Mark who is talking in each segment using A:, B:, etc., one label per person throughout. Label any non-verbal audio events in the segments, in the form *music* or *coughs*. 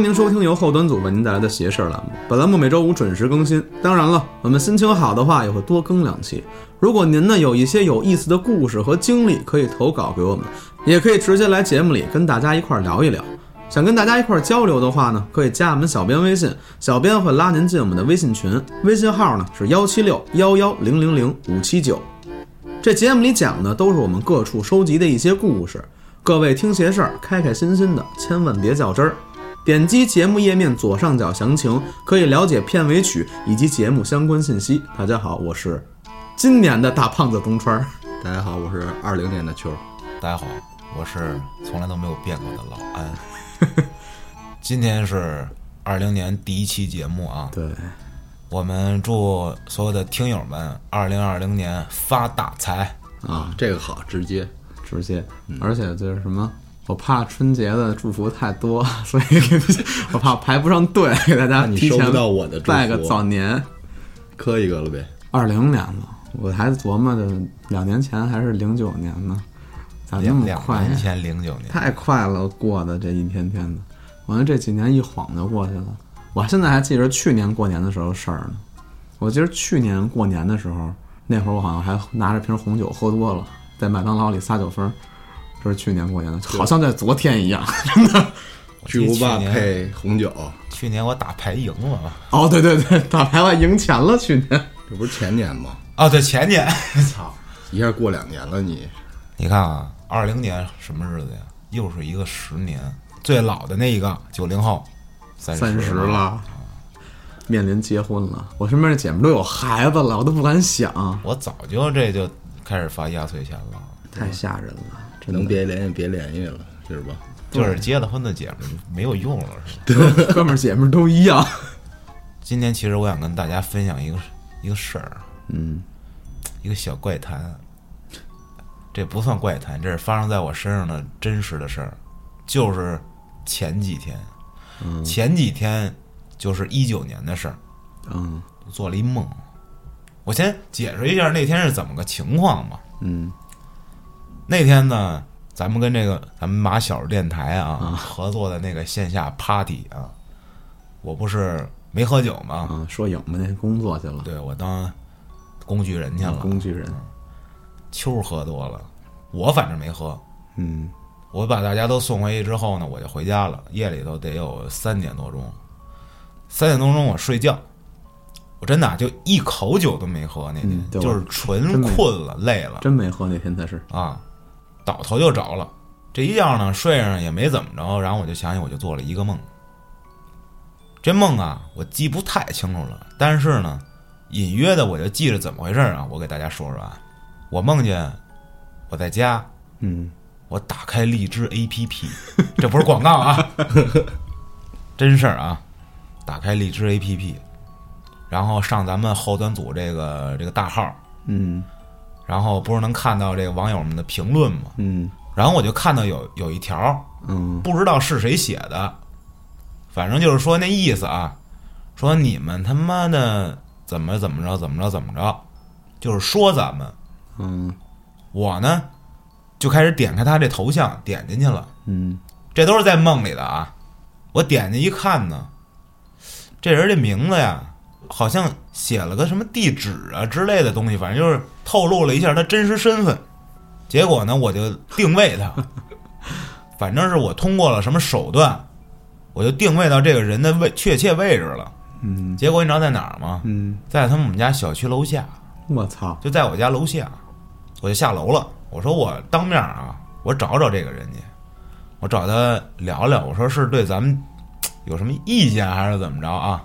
A: 您收听由后端组为您带来的邪事儿栏目，本栏目每周五准时更新。当然了，我们心情好的话也会多更两期。如果您呢有一些有意思的故事和经历，可以投稿给我们，也可以直接来节目里跟大家一块儿聊一聊。想跟大家一块儿交流的话呢，可以加我们小编微信，小编会拉您进我们的微信群，微信号呢是幺七六幺幺零零零五七九。这节目里讲的都是我们各处收集的一些故事，各位听邪事儿，开开心心的，千万别较真儿。点击节目页面左上角详情，可以了解片尾曲以及节目相关信息。大家好，我是今年的大胖子东川儿。
B: 大家好，我是
C: 嗯
B: 二零年的秋儿。
C: 大家好，我是
A: 嗯
C: 从来都没有变过的老安。 *laughs* 今天是二零年第一期节目啊，
A: 对，
C: 我们祝所有的听友们二零二零年发大财。
B: 啊，这个好，直接
A: 直接，嗯而且就是什么，我怕春节的祝福太多， *laughs* 所以给我怕排不上队，给大家
B: 那你
A: 提
B: 收不
A: 前
B: 到我的祝福
A: 拜个早年。
B: 磕一个了呗。
A: 二零年了，我还琢磨着两年前还是零九年呢，咋那
C: 两
A: 么
C: 两
A: 快啊呀
C: 年？前零九年，
A: 太快了，过的这一天天的，完了这几年一晃就过去了。我现在还记着去年过年的时候事儿呢。我记得去年过年的时候，那会儿我好像还拿着瓶红酒喝多了，在麦当劳里撒酒疯儿。这是去年过年的，好像在昨天一样。 *laughs*
C: 我记
B: 巨
C: 得
B: 无霸
C: 去年
B: 配红酒，
C: 去年我打牌赢了
A: 哦，对对对，打牌我赢钱了，去年。
B: 这不是前年吗？
C: 啊，对，前年， *laughs* 操！
B: 一下过两年了你，
C: 你看啊，二零年什么日子呀？又是一个十年，最老的那一个九零后，三
A: 三十
C: 十
A: 了，面临结婚了。我身边的姐妹都有孩子了，我都不敢想，
C: 我早就这就开始发压岁钱了，
A: 太吓人了，
C: 嗯
A: 真的
B: 能。别联系别联系了，是吧？
C: 就是结了婚的姐们没有用了，是吧？
A: 哥们儿姐们儿都一样。
C: 今天其实我想跟大家分享一个一个事儿，
A: 嗯，
C: 一个小怪谈。这不算怪谈，这是发生在我身上的真实的事儿，就是前几天，前几天就是一九年的事儿，
A: 嗯
C: 做了一梦。我先解释一下那天是怎么个情况吧。
A: 嗯
C: 那天呢，咱们跟这个咱们马小电台啊合作的那个线下 party 啊，我不是没喝酒吗？
A: 啊，说影吧那工作去了，
C: 对我当工具人去了。
A: 嗯工具人。
C: 秋儿喝多了，我反正没喝。
A: 嗯
C: 我把大家都送回去之后呢，我就回家了。夜里头得有三点多钟，三点多钟我睡觉，我真的啊就一口酒都没喝。那天、
A: 嗯对
C: 就是纯困了，累了，
A: 真没喝那天才是。
C: 啊，倒头就着了。这一觉呢，睡上也没怎么着，然后我就想起我就做了一个梦。这梦啊，我记不太清楚了，但是呢，隐约的我就记着怎么回事儿啊。我给大家说说啊，我梦见我在家，
A: 嗯，
C: 我打开荔枝 APP，这不是广告啊， *laughs* 真事儿啊！打开荔枝 APP，然后上咱们后端组这个这个大号，
A: 嗯
C: 然后不是能看到这个网友们的评论吗？
A: 嗯
C: 然后我就看到有有一条，
A: 嗯
C: 不知道是谁写的，反正就是说那意思啊，说你们他妈的怎么怎么着怎么着怎么着，就是说咱们。
A: 嗯
C: 我呢就开始点开他这头像，点进去了，
A: 嗯
C: 这都是在梦里的啊。我点进一看呢，这人这名字呀，好像写了个什么地址啊之类的东西，反正就是透露了一下他真实身份。结果呢，我就定位他，反正是我通过了什么手段，我就定位到这个人的位确切位置了。
A: 嗯
C: 结果你知道在哪儿吗？
A: 嗯，
C: 在他们我们家小区楼下。
A: 我操！
C: 就在我家楼下，我就下楼了。我说我当面啊，我找找这个人去，我找他聊聊。我说是对咱们有什么意见还是怎么着啊？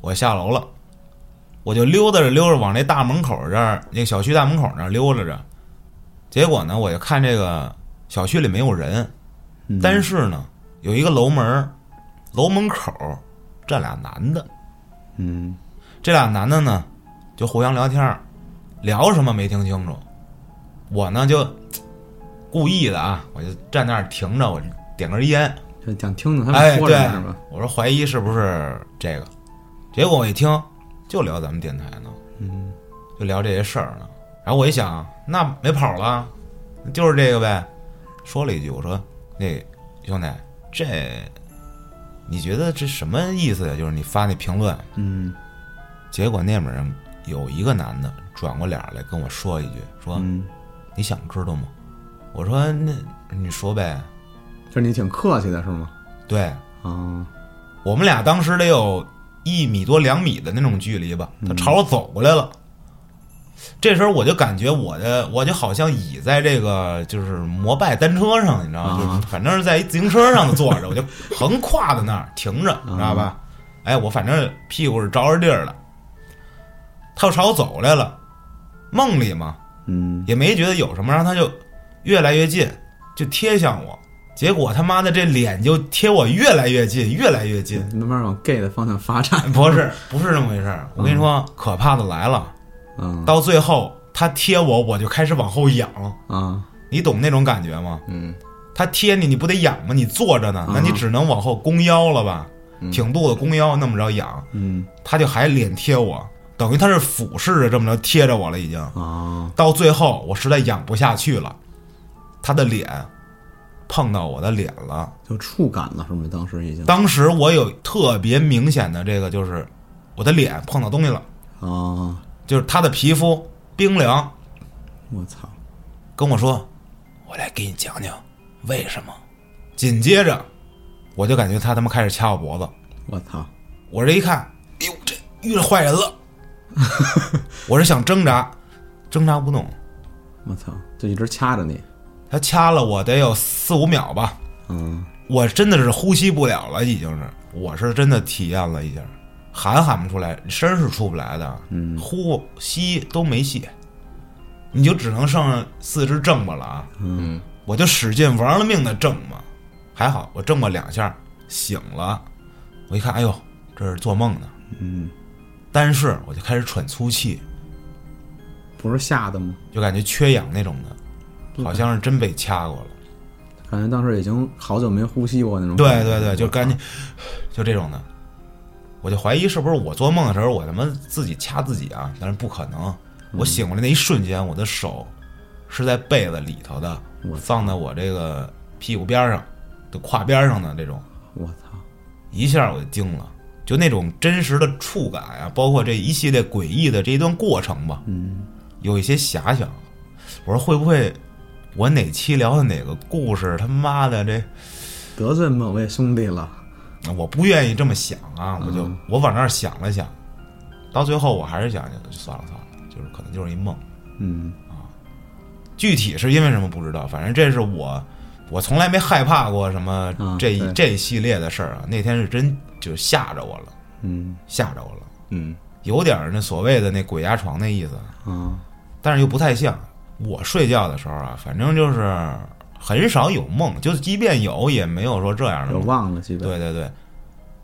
C: 我下楼了，我就溜达着溜着往那大门口这儿，那个小区大门口那儿溜达着。结果呢，我就看这个小区里没有人，
A: 嗯
C: 但是呢，有一个楼门儿，楼门口儿站俩男的。
A: 嗯
C: 这俩男的呢，就互相聊天儿，聊什么没听清楚。我呢就故意的啊，我就站那儿停着，我点根烟。
A: 就想听听他
C: 哎，
A: 们说
C: 对
A: 什么是吧？，
C: 我说怀疑是不是这个，结果我一听就聊咱们电台呢，
A: 嗯
C: 就聊这些事儿呢。然后我一想，那没跑了，就是这个呗。说了一句，我说那兄弟，这你觉得这什么意思呀？就是你发那评论，
A: 嗯
C: 结果那边人有一个男的转过脸来跟我说一句，说、
A: 嗯，
C: 你想知道吗？我说那你说呗。
A: 就是你挺客气的是吗？
C: 对
A: 啊，
C: 我们俩当时得有一米多两米的那种距离吧，他朝我走过来了。这时候我就感觉我的我就好像倚在这个就是摩拜单车上，你知
A: 啊
C: 道吗？就是反正是在一自行车上坐着，我就横跨在那儿停着，你知道吧？哎，我反正屁股是着着地儿的，他就朝我走过来了，梦里嘛，
A: 嗯
C: 也没觉得有什么，然后他就越来越近，就贴向我。结果他妈的这脸就贴我越来越近，越来越近。
A: 你慢慢往 gay 的方向发展，
C: *laughs* 不是，不是那么回事儿。我跟你说，可怕的来了。
A: *laughs* 嗯
C: 到最后，他贴我，我就开始往后仰。
A: 啊，
C: 你懂那种感觉吗？
B: 嗯，
C: 他贴你，你不得仰吗？你坐着呢，那你
A: 嗯
C: 只能往后弓腰了吧？挺肚子弓腰，那么着仰。
A: 嗯
C: 他就还脸贴我，等于他是俯视着这么着贴着我了，已经。
A: 啊，
C: 到最后，我实在养不下去了，他的脸碰到我的脸了。
A: 就触感了是吗？当时已经
C: 当时我有特别明显的这个，就是我的脸碰到东西了，
A: 啊，
C: 就是他的皮肤冰凉，
A: 我操，
C: 跟我说：“我来给你讲讲为什么。”紧接着，我就感觉他他妈开始掐我脖子。
A: 我操，
C: 我这一看，哎呦，这遇着坏人了。我是想挣扎，挣扎不动，
A: 我操，就一直掐着你，
C: 他掐了我得有四五秒吧。
A: 嗯
C: 我真的是呼吸不了了，已经是，我是真的体验了，已经喊喊不出来，声是出不来的，嗯，呼吸都没戏，你就只能剩四肢正巴了啊，
B: 嗯，
C: 我就使劲玩了命的挣嘛，还好我挣过两下，醒了，我一看，哎呦，这是做梦呢，
A: 嗯，
C: 但是我就开始喘粗气，
A: 不是吓的吗？
C: 就感觉缺氧那种的，好像是真被掐过了，
A: 感觉当时已经好久没呼吸过那种感
C: 对
A: 觉，
C: 对对，就赶紧，就这种的，我就怀疑是不是我做梦的时候我他妈自己掐自己啊？但是不可能，我醒过来那一瞬间，我的手是在被子里头的
A: 我，
C: 放在我这个屁股边儿上，就胯边儿上的这种，
A: 我操，
C: 一下我就惊了，就那种真实的触感呀、包括这一系列诡异的这一段过程吧，
A: 嗯
C: 有一些遐想。我说会不会我哪期聊的哪个故事他妈的这？
A: 得罪某位兄弟了，
C: 我不愿意这么想啊，我就、我往那儿想了想，到最后我还是想想算了算了，就是可能就是一梦，
A: 嗯
C: 具体是因为什么不知道，反正这是我我从来没害怕过什么
A: 嗯
C: 这一、
A: 对
C: 这一系列的事儿啊，那天是真就吓着我了，
A: 嗯
C: 吓着我了，
B: 嗯，
C: 有点儿那所谓的那鬼压床那意思，
A: 啊，
C: 但是又不太像。我睡觉的时候啊，反正就是很少有梦，就即便有也没有说这样的
A: 就
C: 梦。
A: 忘了基本
C: 对对对，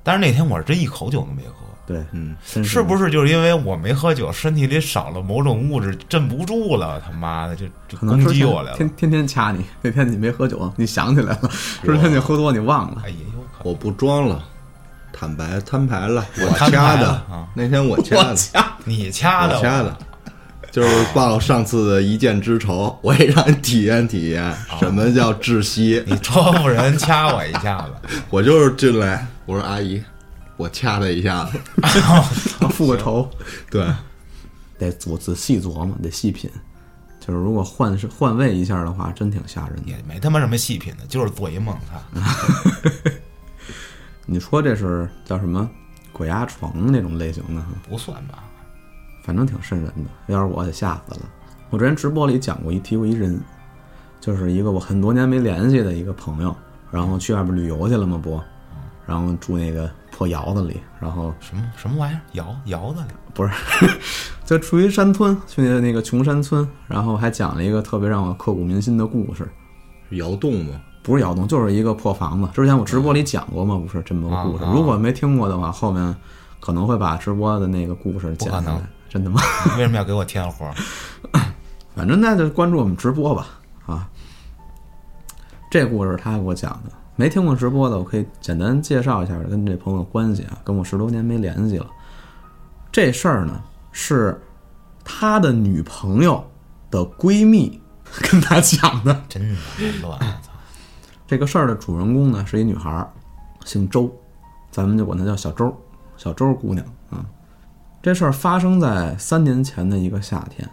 C: 但是那天我是真一口酒都没喝。
A: 对，
B: 嗯，
A: 真
C: 是不是就是因为我没喝酒，身体里少了某种物质，镇不住了？他妈的，就就
A: 可能
C: 攻
A: 之
C: 击
A: 前
C: 我来了
A: 天！天天掐你。那天你没喝酒，你想起来了，之前你喝多你忘了。
C: 哎，也有可能。
B: 我不装了，坦白摊牌了，我
C: 摊牌
B: 掐的
C: 了啊，
B: 那天我掐的，
C: 你掐的，
B: 我掐的，就是报上次的一箭之仇， *laughs* 我也让你体验体验
C: 啊
B: 什么叫窒息。
C: 你托付人掐我一下子，
B: 我就是进来，我说阿姨，我掐他一
C: *laughs*
B: 下子， *laughs*
A: 复个仇，
B: 对，
A: 得我仔细琢磨，得细品。就是如果换是换位一下的话，真挺吓人的。
C: 也没他妈什么细品的，就是做一梦他。
A: 你说这是叫什么鬼压床那种类型的哈？
C: 不算吧？
A: 反正挺瘆人的，要是我得吓死了。我之前直播里讲过一提过一人，就是一个我很多年没联系的一个朋友，然后去外边旅游去了嘛不，然后住那个破窑子里，然后
C: 什么什么玩意儿？摇摇的，
A: 不是， *laughs* 就处于山村，去那那个穷山村，然后还讲了一个特别让我刻骨铭心的故事，
B: 摇动嘛，
A: 不是窑洞，就是一个破房子。之前我直播里讲过嘛，不是这么个故事。
C: 啊
A: 如果没听过的话，后面可能会把直播的那个故事讲
C: 不
A: 下
C: 可能
A: 来。真的吗？
C: 你为什么要给我添活？
A: 反正那就关注我们直播吧。啊，这故事他给我讲的，没听过直播的，我可以简单介绍一下跟这朋友的关系啊，跟我十多年没联系了。这事儿呢是他的女朋友的闺蜜 *laughs* 跟他讲的。
C: 真的乱，我操！
A: 这个事儿的主人公呢是一女孩儿，姓周，咱们就管她叫小周，小周姑娘啊。这事儿发生在三年前的一个夏天，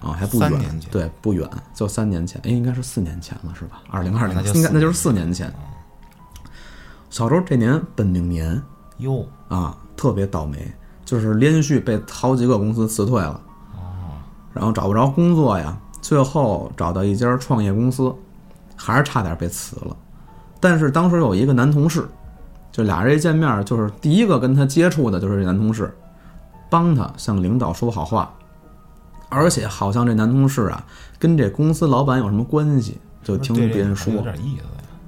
A: 啊，还不远
C: 三年，前
A: 对，不远，就三年前，哎，应该是四年前了，是吧？二零二零
C: 哦那就，四
A: 应该那就是四年前。小周这年本命年
C: 哟，
A: 啊，特别倒霉，就是连续被好几个公司辞退了，然后找不着工作呀，最后找到一家创业公司，还是差点被辞了。但是当时有一个男同事，就俩人一见面，就是第一个跟他接触的就是这男同事，帮他向领导说好话，而且好像这男同事啊跟这公司老板有什么关系，就听
C: 啊对这
A: 别人
C: 女孩
A: 说
C: 有，点意思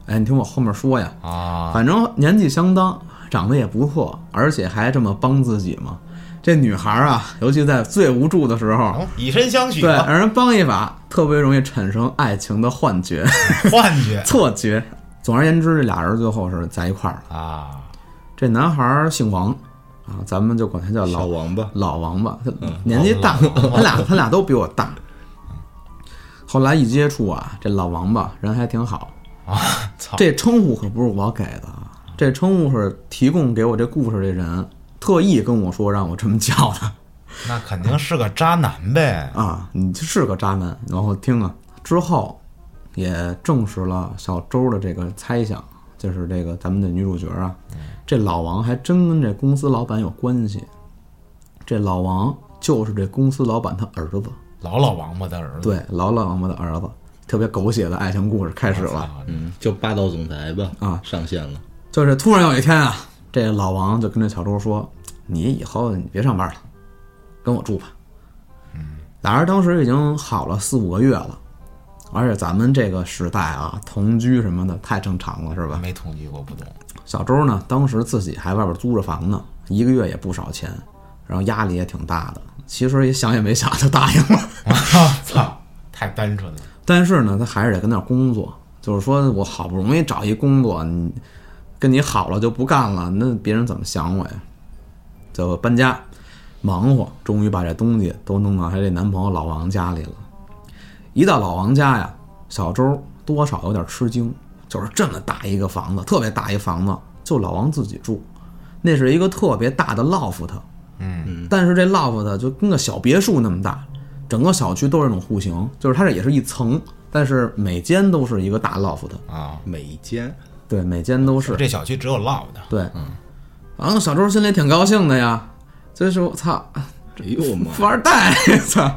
A: 哎，你听我后面说呀，
C: 呀啊，
A: 反正年纪相当，长得也不错，而且还这么帮自己嘛。这女孩儿啊，尤其在最无助的时候，
C: 能以身相许
A: 对，
C: 嘛，
A: 让人帮一把，特别容易产生爱情的幻觉、 *laughs*
C: 幻觉
A: 错觉。总而言之，这俩人最后是在一块儿了。
C: 啊，
A: 这男孩儿姓王啊，咱们就管他叫
B: 老
A: 老
B: 王八，
A: 老王八，他年纪大，
C: 嗯老
A: 他俩他俩都比我大。后来一接触啊，这老王八人还挺好，
C: 啊操，
A: 这称呼可不是我给的，啊，这称呼是提供给我这故事这人特意跟我说让我这么叫的
C: 那肯定是个渣男呗，
A: 啊！你是个渣男，然后听啊，之后也证实了小周的这个猜想，就是这个咱们的女主角啊，这老王还真跟这公司老板有关系，这老王就是这公司老板他儿子，
C: 老老王八的儿子，
A: 对，老老王八的儿子，特别狗血的爱情故事开始
C: 我
A: 了。
C: 操，
B: 嗯，就霸道总裁吧，
A: 啊
B: 上线了，
A: 就是突然有一天啊，这老王就跟这小周说：“你以后你别上班了，跟我住吧。”嗯，俩人当时已经好了四五个月了，而且咱们这个时代啊，同居什么的太正常了，是吧？
C: 没同居过，不懂，
A: 小周呢，当时自己还外边租着房呢，一个月也不少钱，然后压力也挺大的。其实也想也没想就答应了，
C: *laughs* 操，太单纯了，
A: 但是呢，他还是得跟那儿工作。就是说我好不容易找一工作，你跟你好了就不干了，那别人怎么想我呀？就搬家，忙活，终于把这东西都弄到她这男朋友老王家里了。一到老王家呀，小周多少有点吃惊，就是这么大一个房子，特别大一房子，就老王自己住，那是一个特别大的 loft，嗯，但是这 loft 就跟个小别墅那么大，整个小区都是那种户型，就是它这也是一层，但是每间都是一个大 loft，
C: 啊，
B: 美间，
A: 对，每间都是，
C: 这小区只有 love 的，
A: 对，然后小周心里挺高兴的呀，就是我操，
B: 哎 *laughs* 呦我妈
A: 富，二代， *laughs* 操！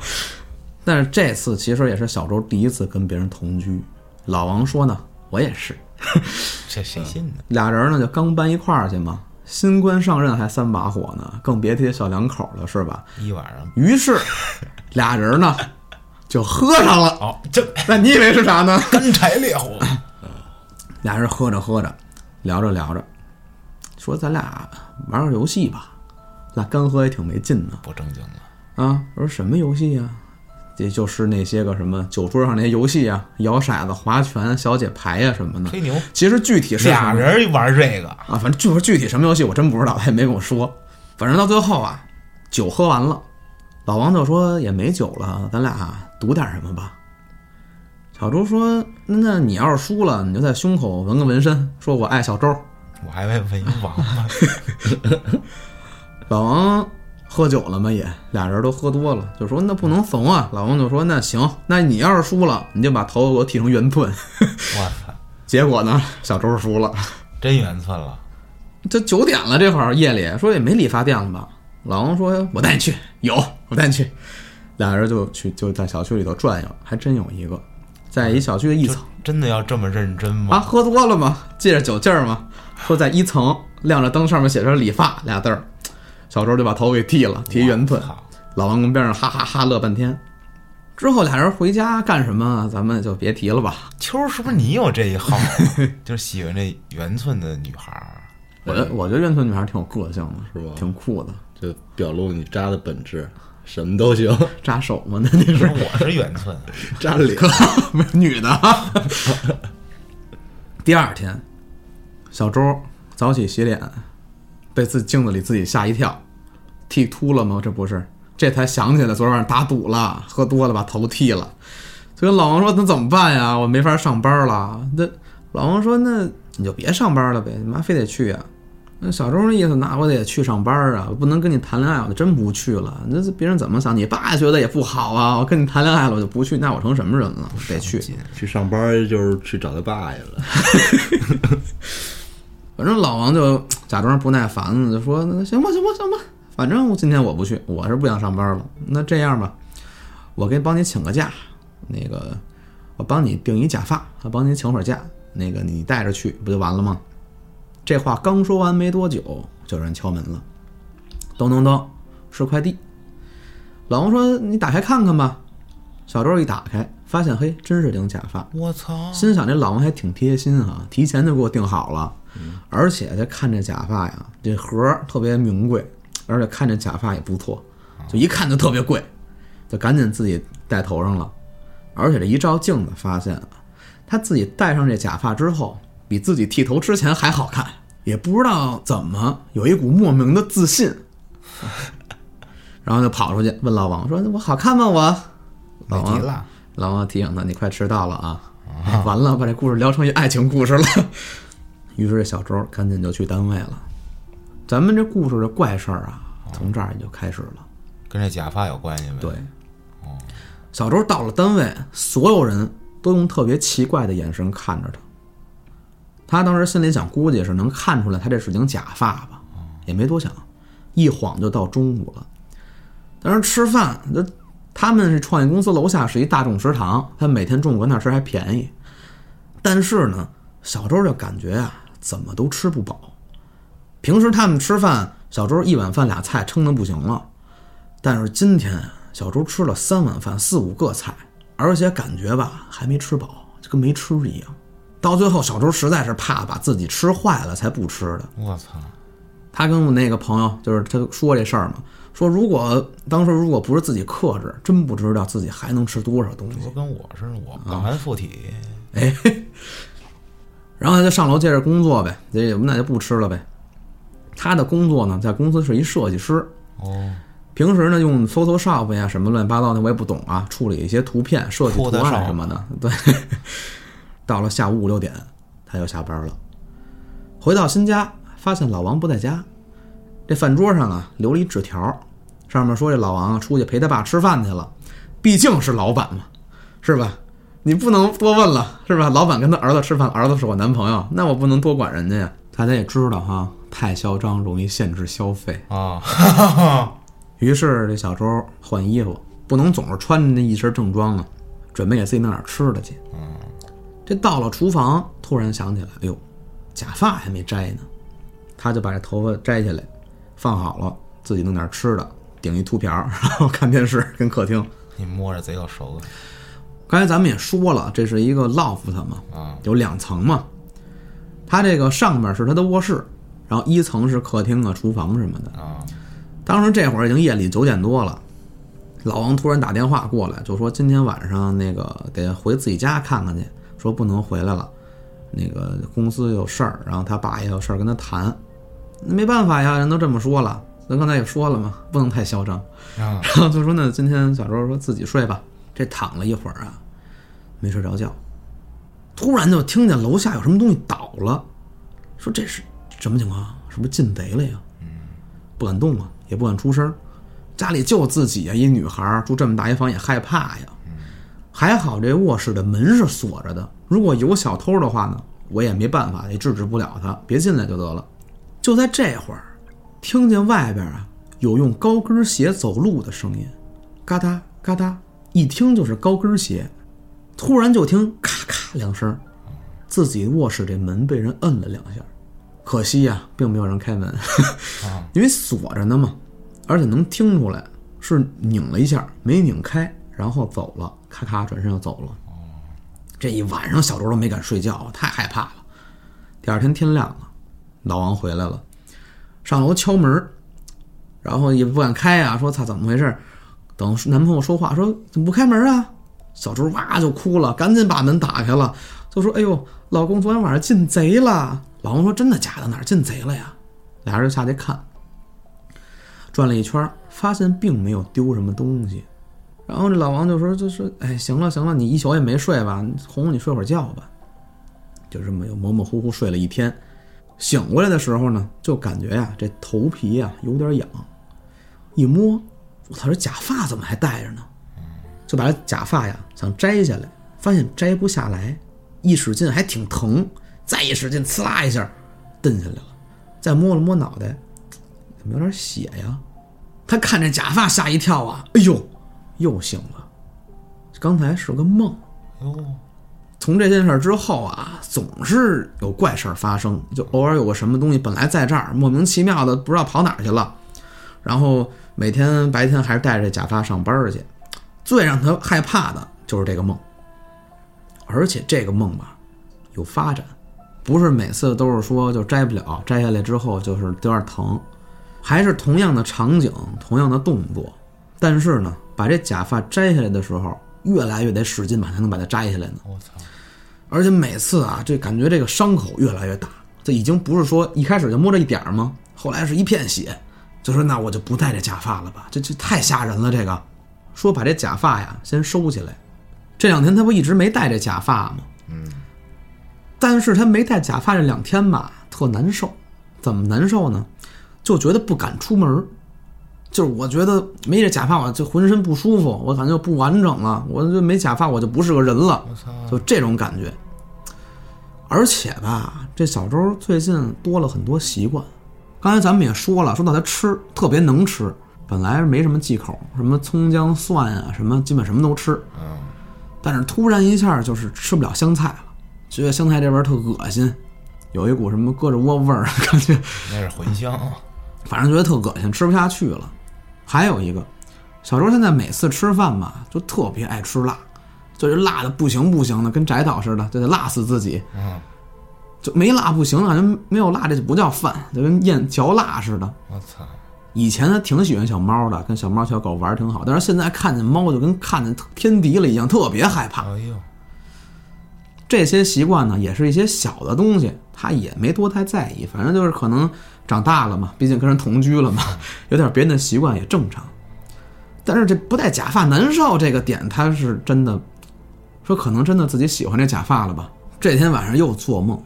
A: 但是这次其实也是小周第一次跟别人同居。老王说呢，我也是。
C: 这谁信呢？
A: 俩人呢就刚搬一块儿去嘛，新官上任还三把火呢，更别提小两口了，是吧？
C: 一晚上，
A: 于是俩人呢 *laughs* 就喝上了。
C: 哦，这
A: 那你以为是啥呢？
C: 干柴烈火，
A: 俩人喝着喝着，聊着聊着，说咱俩玩个游戏吧。那干喝也挺没劲呢。
C: *coughs* 不正经了，
A: 啊，我说什么游戏呀、也就是那些个什么酒桌上那些游戏啊，摇骰子、划拳、小姐牌呀、什么的。
C: 吹牛，
A: 其实具体是什么
C: 俩人玩这个，
A: 啊，反正就是具体什么游戏我真不知道，他也没跟我说。反正到最后啊，酒喝完了，老王就说也没酒了，咱俩赌点什么吧。小周说：“那那你要是输了，你就在胸口纹个纹身，说我爱小周。”
C: 我还为文王 *laughs* 呢，
A: 老王喝酒了嘛也，俩人都喝多了，就说那不能怂啊。老王就说那行，那你要是输了，你就把头给我剃成圆寸。 *laughs*
C: 我操，
A: 结果呢，小周输了，
C: 真缘分了，
A: 这九点了，这会儿夜里说也没理发店了吧？老王说我带你去，有我带你去。俩人就去就在小区里头转悠，还真有一个，在一小区的一层
C: 真的要这么认真
B: 嗯
A: 啊，
C: 吗？
A: 喝多了嘛，借着酒劲儿嘛，说在一层亮着灯，上面写着理发俩字儿，小周就把头给剃了，剃圆寸。
C: 操，
A: 老王跟边上哈哈哈乐半天。之后俩人回家干什么，咱们就别提了吧。
C: 秋儿是不是你有这一 *laughs* 号？就是喜欢这圆寸的女孩儿，
A: 我觉得我觉得圆寸女孩挺有个性的，
B: 是吧
A: 挺酷的，
B: 就表露你渣的本质，什么都行，
A: 扎手嘛，那那
C: 说
A: 是
C: 我是圆寸，
B: *laughs* 渣脸，
A: 没有女的 *laughs* 啊。第二天，小周早起洗脸，被自镜子里自己吓一跳，剃秃了吗？这不是，这才想起来昨天晚上打赌了，喝多了把头剃了。所以老王说：“那怎么办呀？我没法上班了。”那老王说：“那你就别上班了呗，你妈非得去呀、那小周那意思，那我得去上班啊，我不能跟你谈恋爱，我就真不去了。那别人怎么想？你爸觉得也不好啊，我跟你谈恋爱了，我就不去，那我成什么人了？我得去。
B: *laughs* 去上班就是去找他爸去了。
A: 反正老王就假装不耐烦了，就说：“那行吧，行吧，行吧，反正今天我不去，我是不想上班了。那这样吧，我给帮你请个假，那个我帮你订一假发，还帮你请会儿假，那个你带着去不就完了吗？”这话刚说完没多久，就有人敲门了，咚咚咚，是快递。老王说：“你打开看看吧。”小周一打开，发现嘿，真是顶假发，
C: 我操！
A: 心想这老王还挺贴心啊，提前就给我订好了，而且这看这假发呀，这盒儿特别名贵，而且看这假发也不错，就一看就特别贵，就赶紧自己戴头上了。而且这一照镜子，发现啊，他自己戴上这假发之后，比自己剃头之前还好看，也不知道怎么有一股莫名的自信，然后就跑出去问老王说：“我好看吗？我？”老
C: 没
A: 王
C: 提了，
A: 老王提醒他：“你快迟到了啊！”完了，把这故事聊成一爱情故事了。 *laughs* 于是这小周赶紧就去单位了。咱们这故事的怪事儿啊，从这儿也就开始了。
C: 跟这假发有关系呗？
A: 对，小周到了单位，所有人都用特别奇怪的眼神看着他。他当时心里想，估计是能看出来他这是顶假发吧，也没多想。一晃就到中午了，当时吃饭，就他们是创业公司楼下是一大众食堂，他每天中午跟那儿吃还便宜。但是呢，小周就感觉啊，怎么都吃不饱。平时他们吃饭，小周一碗饭俩菜撑得不行了，但是今天小周吃了三碗饭，四五个菜，而且感觉吧还没吃饱，就跟没吃一样。到最后，小周实在是怕把自己吃坏了才不吃的。
C: 我操！
A: 他跟我那个朋友就是他说这事儿嘛，说如果当时如果不是自己克制，真不知道自己还能吃多少东西
C: 这。不跟我似的，我
A: 啊
C: 睾丸附体，
A: 然后他就上楼接着工作呗，这那就不吃了呗。他的工作呢，在公司是一设计师，
C: 哦，
A: 平时呢用 Photoshop 呀什么乱七八糟的我也不懂啊，处理一些图片、设计图案
C: Photoshop
A: 什么的。 *laughs* 对，到了下午五六点，他就下班了。回到新家，发现老王不在家，这饭桌上啊留了一纸条，上面说这老王啊出去陪他爸吃饭去了，毕竟是老板嘛，是吧？你不能多问了，是吧？老板跟他儿子吃饭，儿子是我男朋友，那我不能多管人家呀。大家也知道哈，太嚣张容易限制消费，
C: 啊，
A: 于是这小周换衣服，不能总是穿着那一身正装啊，准备给自己弄点吃的去。嗯，这到了厨房，突然想起来，哎呦，假发还没摘呢，他就把这头发摘下来，放好了，自己弄点吃的，顶一秃瓢， *laughs* 然后看电视跟客厅。
C: 你摸着贼有手感
A: 刚才咱们也说了，这是一个 loft 嘛，
C: 啊！
A: 有两层嘛。它这个上面是他的卧室，然后一层是客厅啊、厨房什么的。
C: 啊，
A: 当时这会儿已经夜里九点多了，老王突然打电话过来，就说今天晚上那个得回自己家看看去，说不能回来了，那个公司有事儿，然后他爸也有事儿跟他谈，那没办法呀，人都这么说了，咱刚才也说了嘛，不能太嚣张。
C: 啊
A: 然后就说那今天小周说自己睡吧，这躺了一会儿啊，没睡着觉，突然就听见楼下有什么东西倒了，说这是什么情况？啊是不是进贼了呀？不敢动啊，也不敢出声儿。家里就自己呀，一女孩儿住这么大一房也害怕呀。还好这卧室的门是锁着的，如果有小偷的话呢，我也没办法，也制止不了他，别进来就得了。就在这会儿，听见外边啊有用高跟鞋走路的声音，嘎哒嘎哒，一听就是高跟鞋。突然就听咔咔两声，自己卧室这门被人摁了两下，可惜呀、并没有人开门， *laughs* 因为锁着呢嘛，而且能听出来是拧了一下，没拧开，然后走了，咔咔转身就走了。这一晚上小周都没敢睡觉，太害怕了。第二天天亮了，老王回来了，上楼敲门儿，然后也不敢开啊，说操怎么回事儿？等男朋友说话说怎么不开门啊？小周哇就哭了，赶紧把门打开了，就说哎呦，老公昨天晚上进贼了。老公说真的假的？哪儿进贼了呀？俩人就下去看，转了一圈儿，发现并没有丢什么东西。然后这老王就说：“就说，哎，行了行了，你一宿也没睡吧？哄哄你睡会儿觉吧。”就这么又模模糊糊睡了一天。醒过来的时候呢，就感觉呀、这头皮呀、有点痒，一摸，我操，这假发怎么还戴着呢？就把这假发呀想摘下来，发现摘不下来，一使劲还挺疼，再一使劲，呲啦一下，蹬下来了。再摸了摸脑袋，怎么有点血呀？他看这假发吓一跳啊！哎呦，又醒了，刚才是个梦。
C: 哟，
A: 从这件事儿之后啊，总是有怪事儿发生，就偶尔有个什么东西本来在这儿，莫名其妙的不知道跑哪儿去了，然后每天白天还是戴着假发上班儿去。最让他害怕的就是这个梦，而且这个梦吧有发展，不是每次都是说就摘不了，摘下来之后就是有点疼，还是同样的场景，同样的动作，但是呢，把这假发摘下来的时候，越来越得使劲把才能把它摘下来呢。
C: 我操，
A: 而且每次啊，这感觉这个伤口越来越大，这已经不是说一开始就摸着一点儿吗？后来是一片血，就说那我就不戴这假发了吧，这这太吓人了。这个说把这假发呀先收起来，这两天他不一直没戴这假发吗？嗯，但是他没戴假发这两天吧，特难受，怎么难受呢？就觉得不敢出门儿，就是我觉得没这假发我就浑身不舒服，我感觉不完整了，我就没假发我就不是个人了
C: 我，操，
A: 就这种感觉。而且吧，这小周最近多了很多习惯。刚才咱们也说了，说到他吃特别能吃，本来是没什么忌口，什么葱姜蒜啊，什么基本什么都吃。
C: 嗯，
A: 但是突然一下就是吃不了香菜了，觉得香菜这玩意儿特恶心，有一股什么胳肢窝味儿，感觉
C: 那是茴香，
A: 反正觉得特恶心，吃不下去了。还有一个，小周现在每次吃饭吧，就特别爱吃辣，就是辣的不行不行的，跟翟导似的，就得辣死自己。
C: 嗯，
A: 就没辣不行，感觉没有辣这就不叫饭，就跟咽嚼蜡似的。
C: 我操，
A: 以前他挺喜欢小猫的，跟小猫小狗玩儿挺好，但是现在看见猫就跟看见天敌了一样，特别害怕。
C: 哎呦，
A: 这些习惯呢，也是一些小的东西，他也没多太在意，反正就是可能长大了嘛，毕竟跟人同居了嘛， *laughs* 有点别人的习惯也正常。但是这不戴假发难受这个点，他是真的说可能真的自己喜欢这假发了吧？这天晚上又做梦，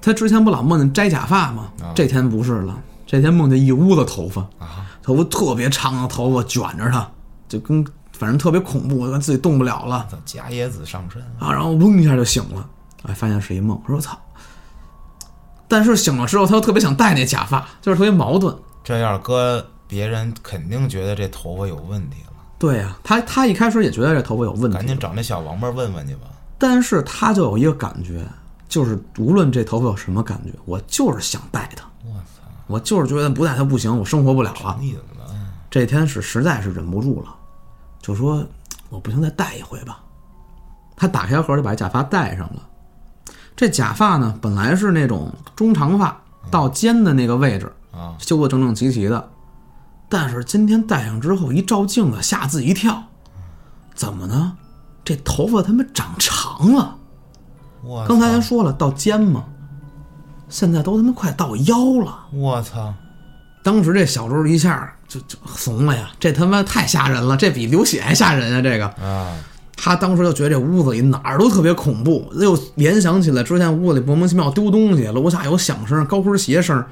A: 他之前不老梦见摘假发吗？这天不是了，这天梦见一屋子头发
C: 啊，
A: 头发特别长的头发卷着他，就跟反正特别恐怖，自己动不了了。
C: 我操，假野子上身，
A: 啊，然后嗡一下就醒了，哎，发现是一梦。我说我操！但是醒了之后，他又特别想戴那假发，就是特别矛盾。
C: 这要是搁别人，肯定觉得这头发有问题了，
A: 对呀、他他一开始也觉得这头发有问
C: 赶
A: 题，
C: 紧找那小王八问问去吧。
A: 但是他就有一个感觉，就是无论这头发有什么感觉，我就是想戴它，
C: 我操，
A: 我就是觉得不戴它不行，我生活不了啊了。
C: 腻子了，
A: 这天是实在是忍不住了，就说我不行，再戴一回吧。他打开盒就把假发戴上了。这假发呢，本来是那种中长发到肩的那个位置
C: 嗯啊，
A: 修得整整齐齐的，但是今天戴上之后一照镜子，吓自己一跳，怎么呢？这头发他妈长长了。
C: 我操
A: 刚才咱说了到肩嘛，现在都他妈快到腰了。
C: 我操，
A: 当时这小周一下就就怂了呀，这他妈太吓人了，这比流血还吓人啊！这个，
C: 啊，
A: 他当时就觉得这屋子里哪儿都特别恐怖，又联想起来之前屋里莫名其妙丢东西，楼下有响声、高跟鞋声，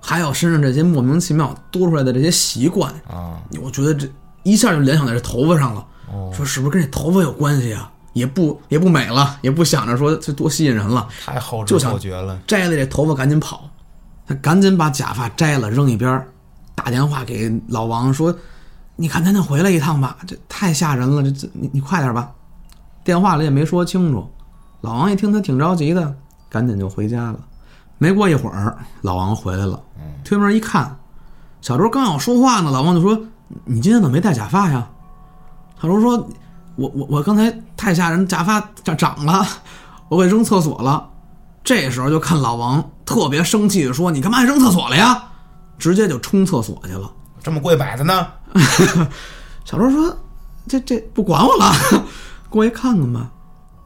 A: 还有身上这些莫名其妙多出来的这些习惯，
C: 啊，
A: 我觉得这一下就联想在这头发上了，
C: 哦
A: 说是不是跟这头发有关系啊？也不也不美了，也不想着说这多吸引人了，
C: 太后知
A: 就想
C: 后觉了，
A: 摘了这头发赶紧跑，他赶紧把假发摘了扔一边儿，打电话给老王说：“你看咱得回来一趟吧，这太吓人了，这这你你快点吧。”电话里也没说清楚，老王一听他挺着急的，赶紧就回家了。没过一会儿，老王回来了，推门一看，小周刚要说话呢，老王就说：“你今天怎么没戴假发呀？”小周说：“我我我刚才太吓人，假发长长了，我给扔厕所了。”这时候就看老王特别生气的说：“你干嘛还扔厕所了呀？”直接就冲厕所去了。
C: 这么贵摆着呢，
A: 小周说：“这这不管我了，过去看看吧。”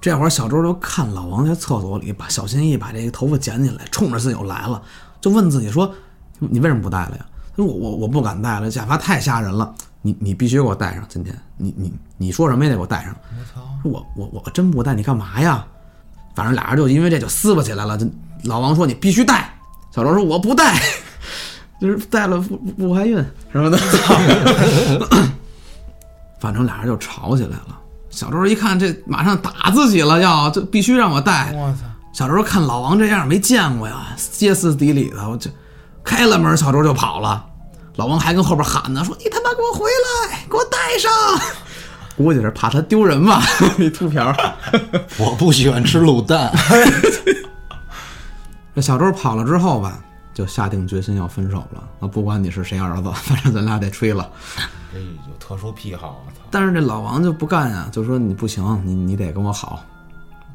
A: 这会儿小周就看老王在厕所里把小心翼翼把这个头发捡起来，冲着自己就来了，就问自己说：“你为什么不戴了呀？”他说：“我我我不敢戴了，假发太吓人了，你你必须给我戴上。今天你你你说什么也得给我戴上。”
C: 我操，
A: 说我我我真不带你干嘛呀？反正俩人就因为这就撕巴起来了，就老王说你必须带，小周说我不带， *laughs* 就是带了不不不怀孕什么的， *laughs* 反正俩人就吵起来了。小周一看这马上打自己了，要这必须让我带，
C: 我操！
A: 小周看老王这样没见过呀，歇斯底里的，我就开了门，小周就跑了。老王还跟后边喊呢，说：“你他妈给我回来，给我带上！”估计是怕他丢人吧，那秃瓢。
B: 我不喜欢吃卤蛋，
A: 这 *laughs* 小周跑了之后吧，就下定决心要分手了。那不管你是谁儿子，反正咱俩得吹了。
C: 这有哎特殊癖好，我操！
A: 但是这老王就不干呀，就说你不行，你你得跟我好。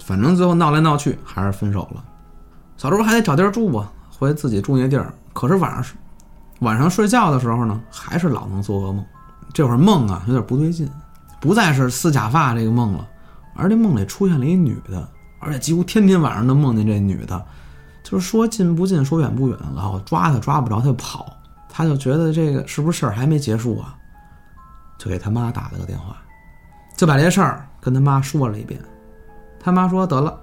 A: 反正最后闹来闹去还是分手了。小周还得找地儿住吧，回自己住那地儿。可是晚上睡晚上睡觉的时候呢，还是老能做噩梦。这会儿梦啊有点不对劲，不再是撕假发这个梦了，而这梦里出现了一女的，而且几乎天天晚上都梦见这女的，就是说近不近，说远不远，然后抓她抓不着，她就跑。他就觉得这个是不是事儿还没结束啊？就给他妈打了个电话，就把这事儿跟他妈说了一遍。他妈说：“得了，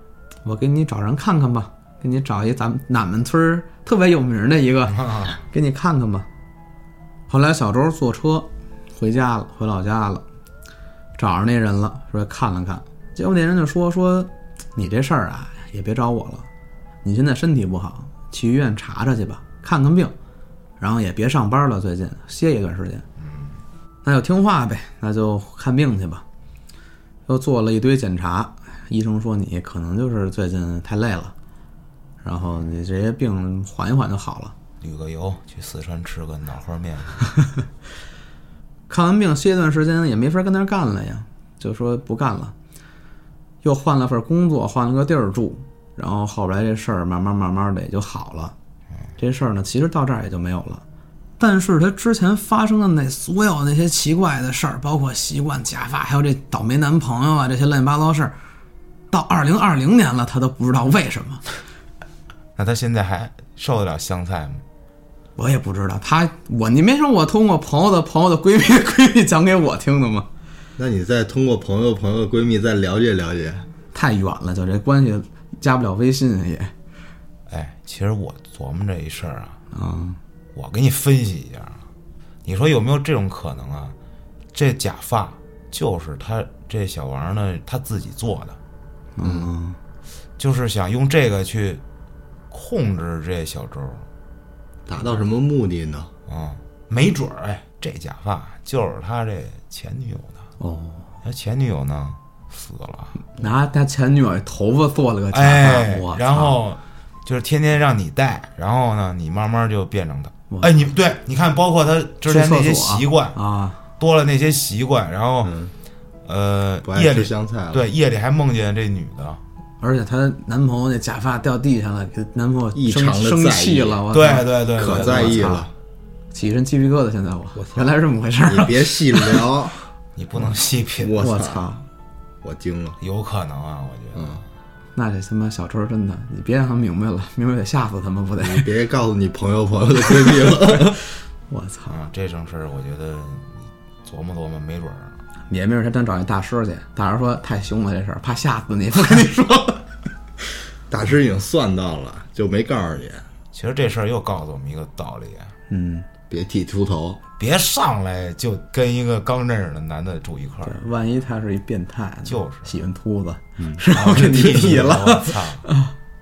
A: 我给你找人看看吧，给你找一咱们俺们村儿特别有名的一个，
C: 啊
A: 给你看看吧。”后来小周坐车回家了，回老家了，找着那人了，说看了看，结果那人就说：“说你这事儿啊，也别找我了，你现在身体不好，去医院查查去吧，看看病，然后也别上班了，最近歇一段时间。”那就听话呗，那就看病去吧。又做了一堆检查，医生说你可能就是最近太累了，然后你这些病缓一缓就好了。
C: 旅个游，去四川吃个脑花面， *laughs*
A: 看完病歇一段时间也没法跟那儿干了呀，就说不干了，又换了份工作，换了个地儿住，然后后来这事儿慢慢慢慢的也就好了。这事儿呢，其实到这儿也就没有了。但是他之前发生的那所有那些奇怪的事儿，包括习惯、假发，还有这倒霉男朋友啊，这些乱七八糟事儿，到二零二零年了，他都不知道为什么。
C: 那他现在还受得了香菜吗？
A: 我也不知道他，我你没说我通过朋友的朋友的闺蜜 *laughs* 闺蜜讲给我听的吗？
B: *laughs* 那你再通过朋友、朋友、闺蜜再了解了解，
A: 太远了，就这关系加不了微信也。
C: 哎，其实我琢磨这一事儿啊，我给你分析一下啊，你说有没有这种可能啊？这假发就是他这小王呢他自己做的，嗯，就是想用这个去控制这小周
B: 达到什么目的呢？
C: 啊，没准儿哎，这假发就是他这前女友的，
A: 哦，
C: 他前女友呢死了，
A: 拿他前女友头发做了个假发，
C: 哎
A: 我，
C: 然
A: 操
C: 后就是天天让你戴，然后呢，你慢慢就变成他。哎，你对，你看，包括他之前那些
A: 去厕所啊
C: 习惯，
A: 啊，
C: 多了那些习惯，然后，
B: 嗯不
C: 呃，
B: 爱
C: 夜
B: 吃
C: 里
B: 香菜了。，
C: 对夜里还梦见这女的，
A: 而且她男朋友那假发掉地上了，给男朋友
B: 异
A: 生
B: 常地
A: 生
B: 在
A: 气
B: 意
A: 了，我
C: 对
A: 操
C: 对对，
B: 可
C: 对
B: 在意
A: 我操
B: 了。
A: 起一身鸡皮疙瘩。现在我原来是这么回事儿 *laughs*
B: 你，别细聊， *laughs*
C: 你不能细品，
B: 我
A: 我
B: 操，
A: 操！
B: 我惊了。
C: 有可能啊，我觉
B: 嗯
C: 得
A: 那这他妈小周真的，你别让他明白了，明白得吓死他们不得！
B: 你别告诉你朋友朋友的闺蜜了， *laughs*
A: 我操，
C: 啊，这种事儿，我觉得你琢磨琢磨，没准儿
A: 也没准他真找一大师去，大师说太凶了这事儿，怕吓死你，不跟你说。
B: 大师已经算到了，就没告诉你，
C: 其实这事儿又告诉我们一个道理，
A: 嗯，
B: 别剃秃头。
C: 别上来就跟一个刚认识的男的住一块儿，
B: *laughs*
A: 万一他是一变态呢，
C: 就是哦
A: 喜欢秃子， *laughs* 然后给你剃了。
C: 我操！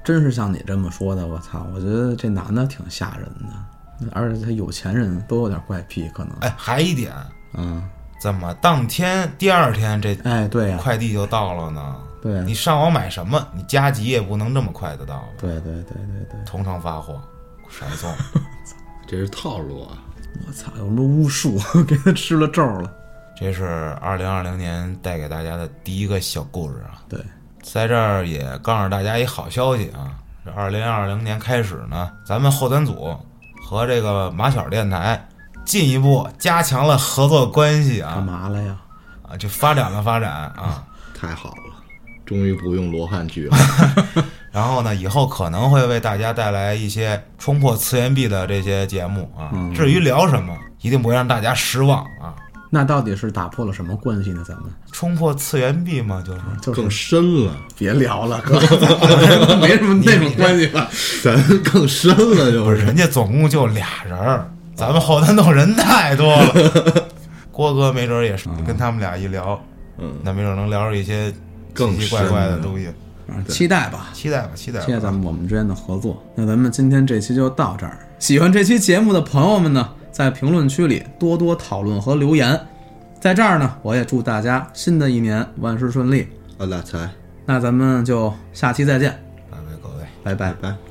A: 真是像你这么说的，我操！我觉得这男的挺吓人的，而且他有钱人都有点怪癖，可能。
C: 哎，还一点，
A: 嗯，
C: 怎么当天第二天这
A: 哎，对呀、
C: 快递就到了呢？
A: 对呀
C: 你上网买什么？你加急也不能这么快得到吧？
A: 对对对对对，
C: 同城发货，闪送。
B: 这是套路啊！
A: 我操，有什么巫术 *laughs* 给他吃了咒了？
C: 这是二零二零年带给大家的第一个小故事啊，
A: 对，
C: 在这儿也告诉大家一好消息啊！这二零二零年开始呢，咱们后端组和这个马小电台进一步加强了合作关系
A: 干
C: 啊
A: 嘛了呀？
C: 啊，就发展了发展啊。
B: 太好了，终于不用罗汉
A: *laughs*
B: 剧了。
C: 然后呢，以后可能会为大家带来一些
A: 嗯
C: 冲破次元壁的这些节目啊。至于聊什么，一定不会让大家失望啊。
A: 那到底是打破了什么关系呢？咱们
C: 冲破次元壁嘛，就是
A: 就是
B: 更深了，
A: 别聊了，
B: *laughs*
A: 哥，没什么那种关系吧？
B: 咱更深了，就
C: 不是
B: 是
C: 人家总共就俩人儿，咱们后台弄人太多了。
A: *laughs*
C: 郭哥没准儿也是跟他们俩一聊，
B: 嗯，
C: 那没准儿能聊着一些
B: 更
C: 奇奇怪怪
B: 深
C: 的
B: 的
C: 东西。
A: 反正啊期待吧，
C: 期待吧，期待吧。
A: 嗯期待咱们我们之间的合作。那咱们今天这期就到这儿。喜欢这期节目的朋友们呢，在评论区里多多讨论和留言。在这儿呢，我也祝大家新的一年万事顺利。
B: 啊，俩财，
A: 那咱们就下期再见，
C: 拜拜，各位。
A: 拜拜
B: 拜。拜。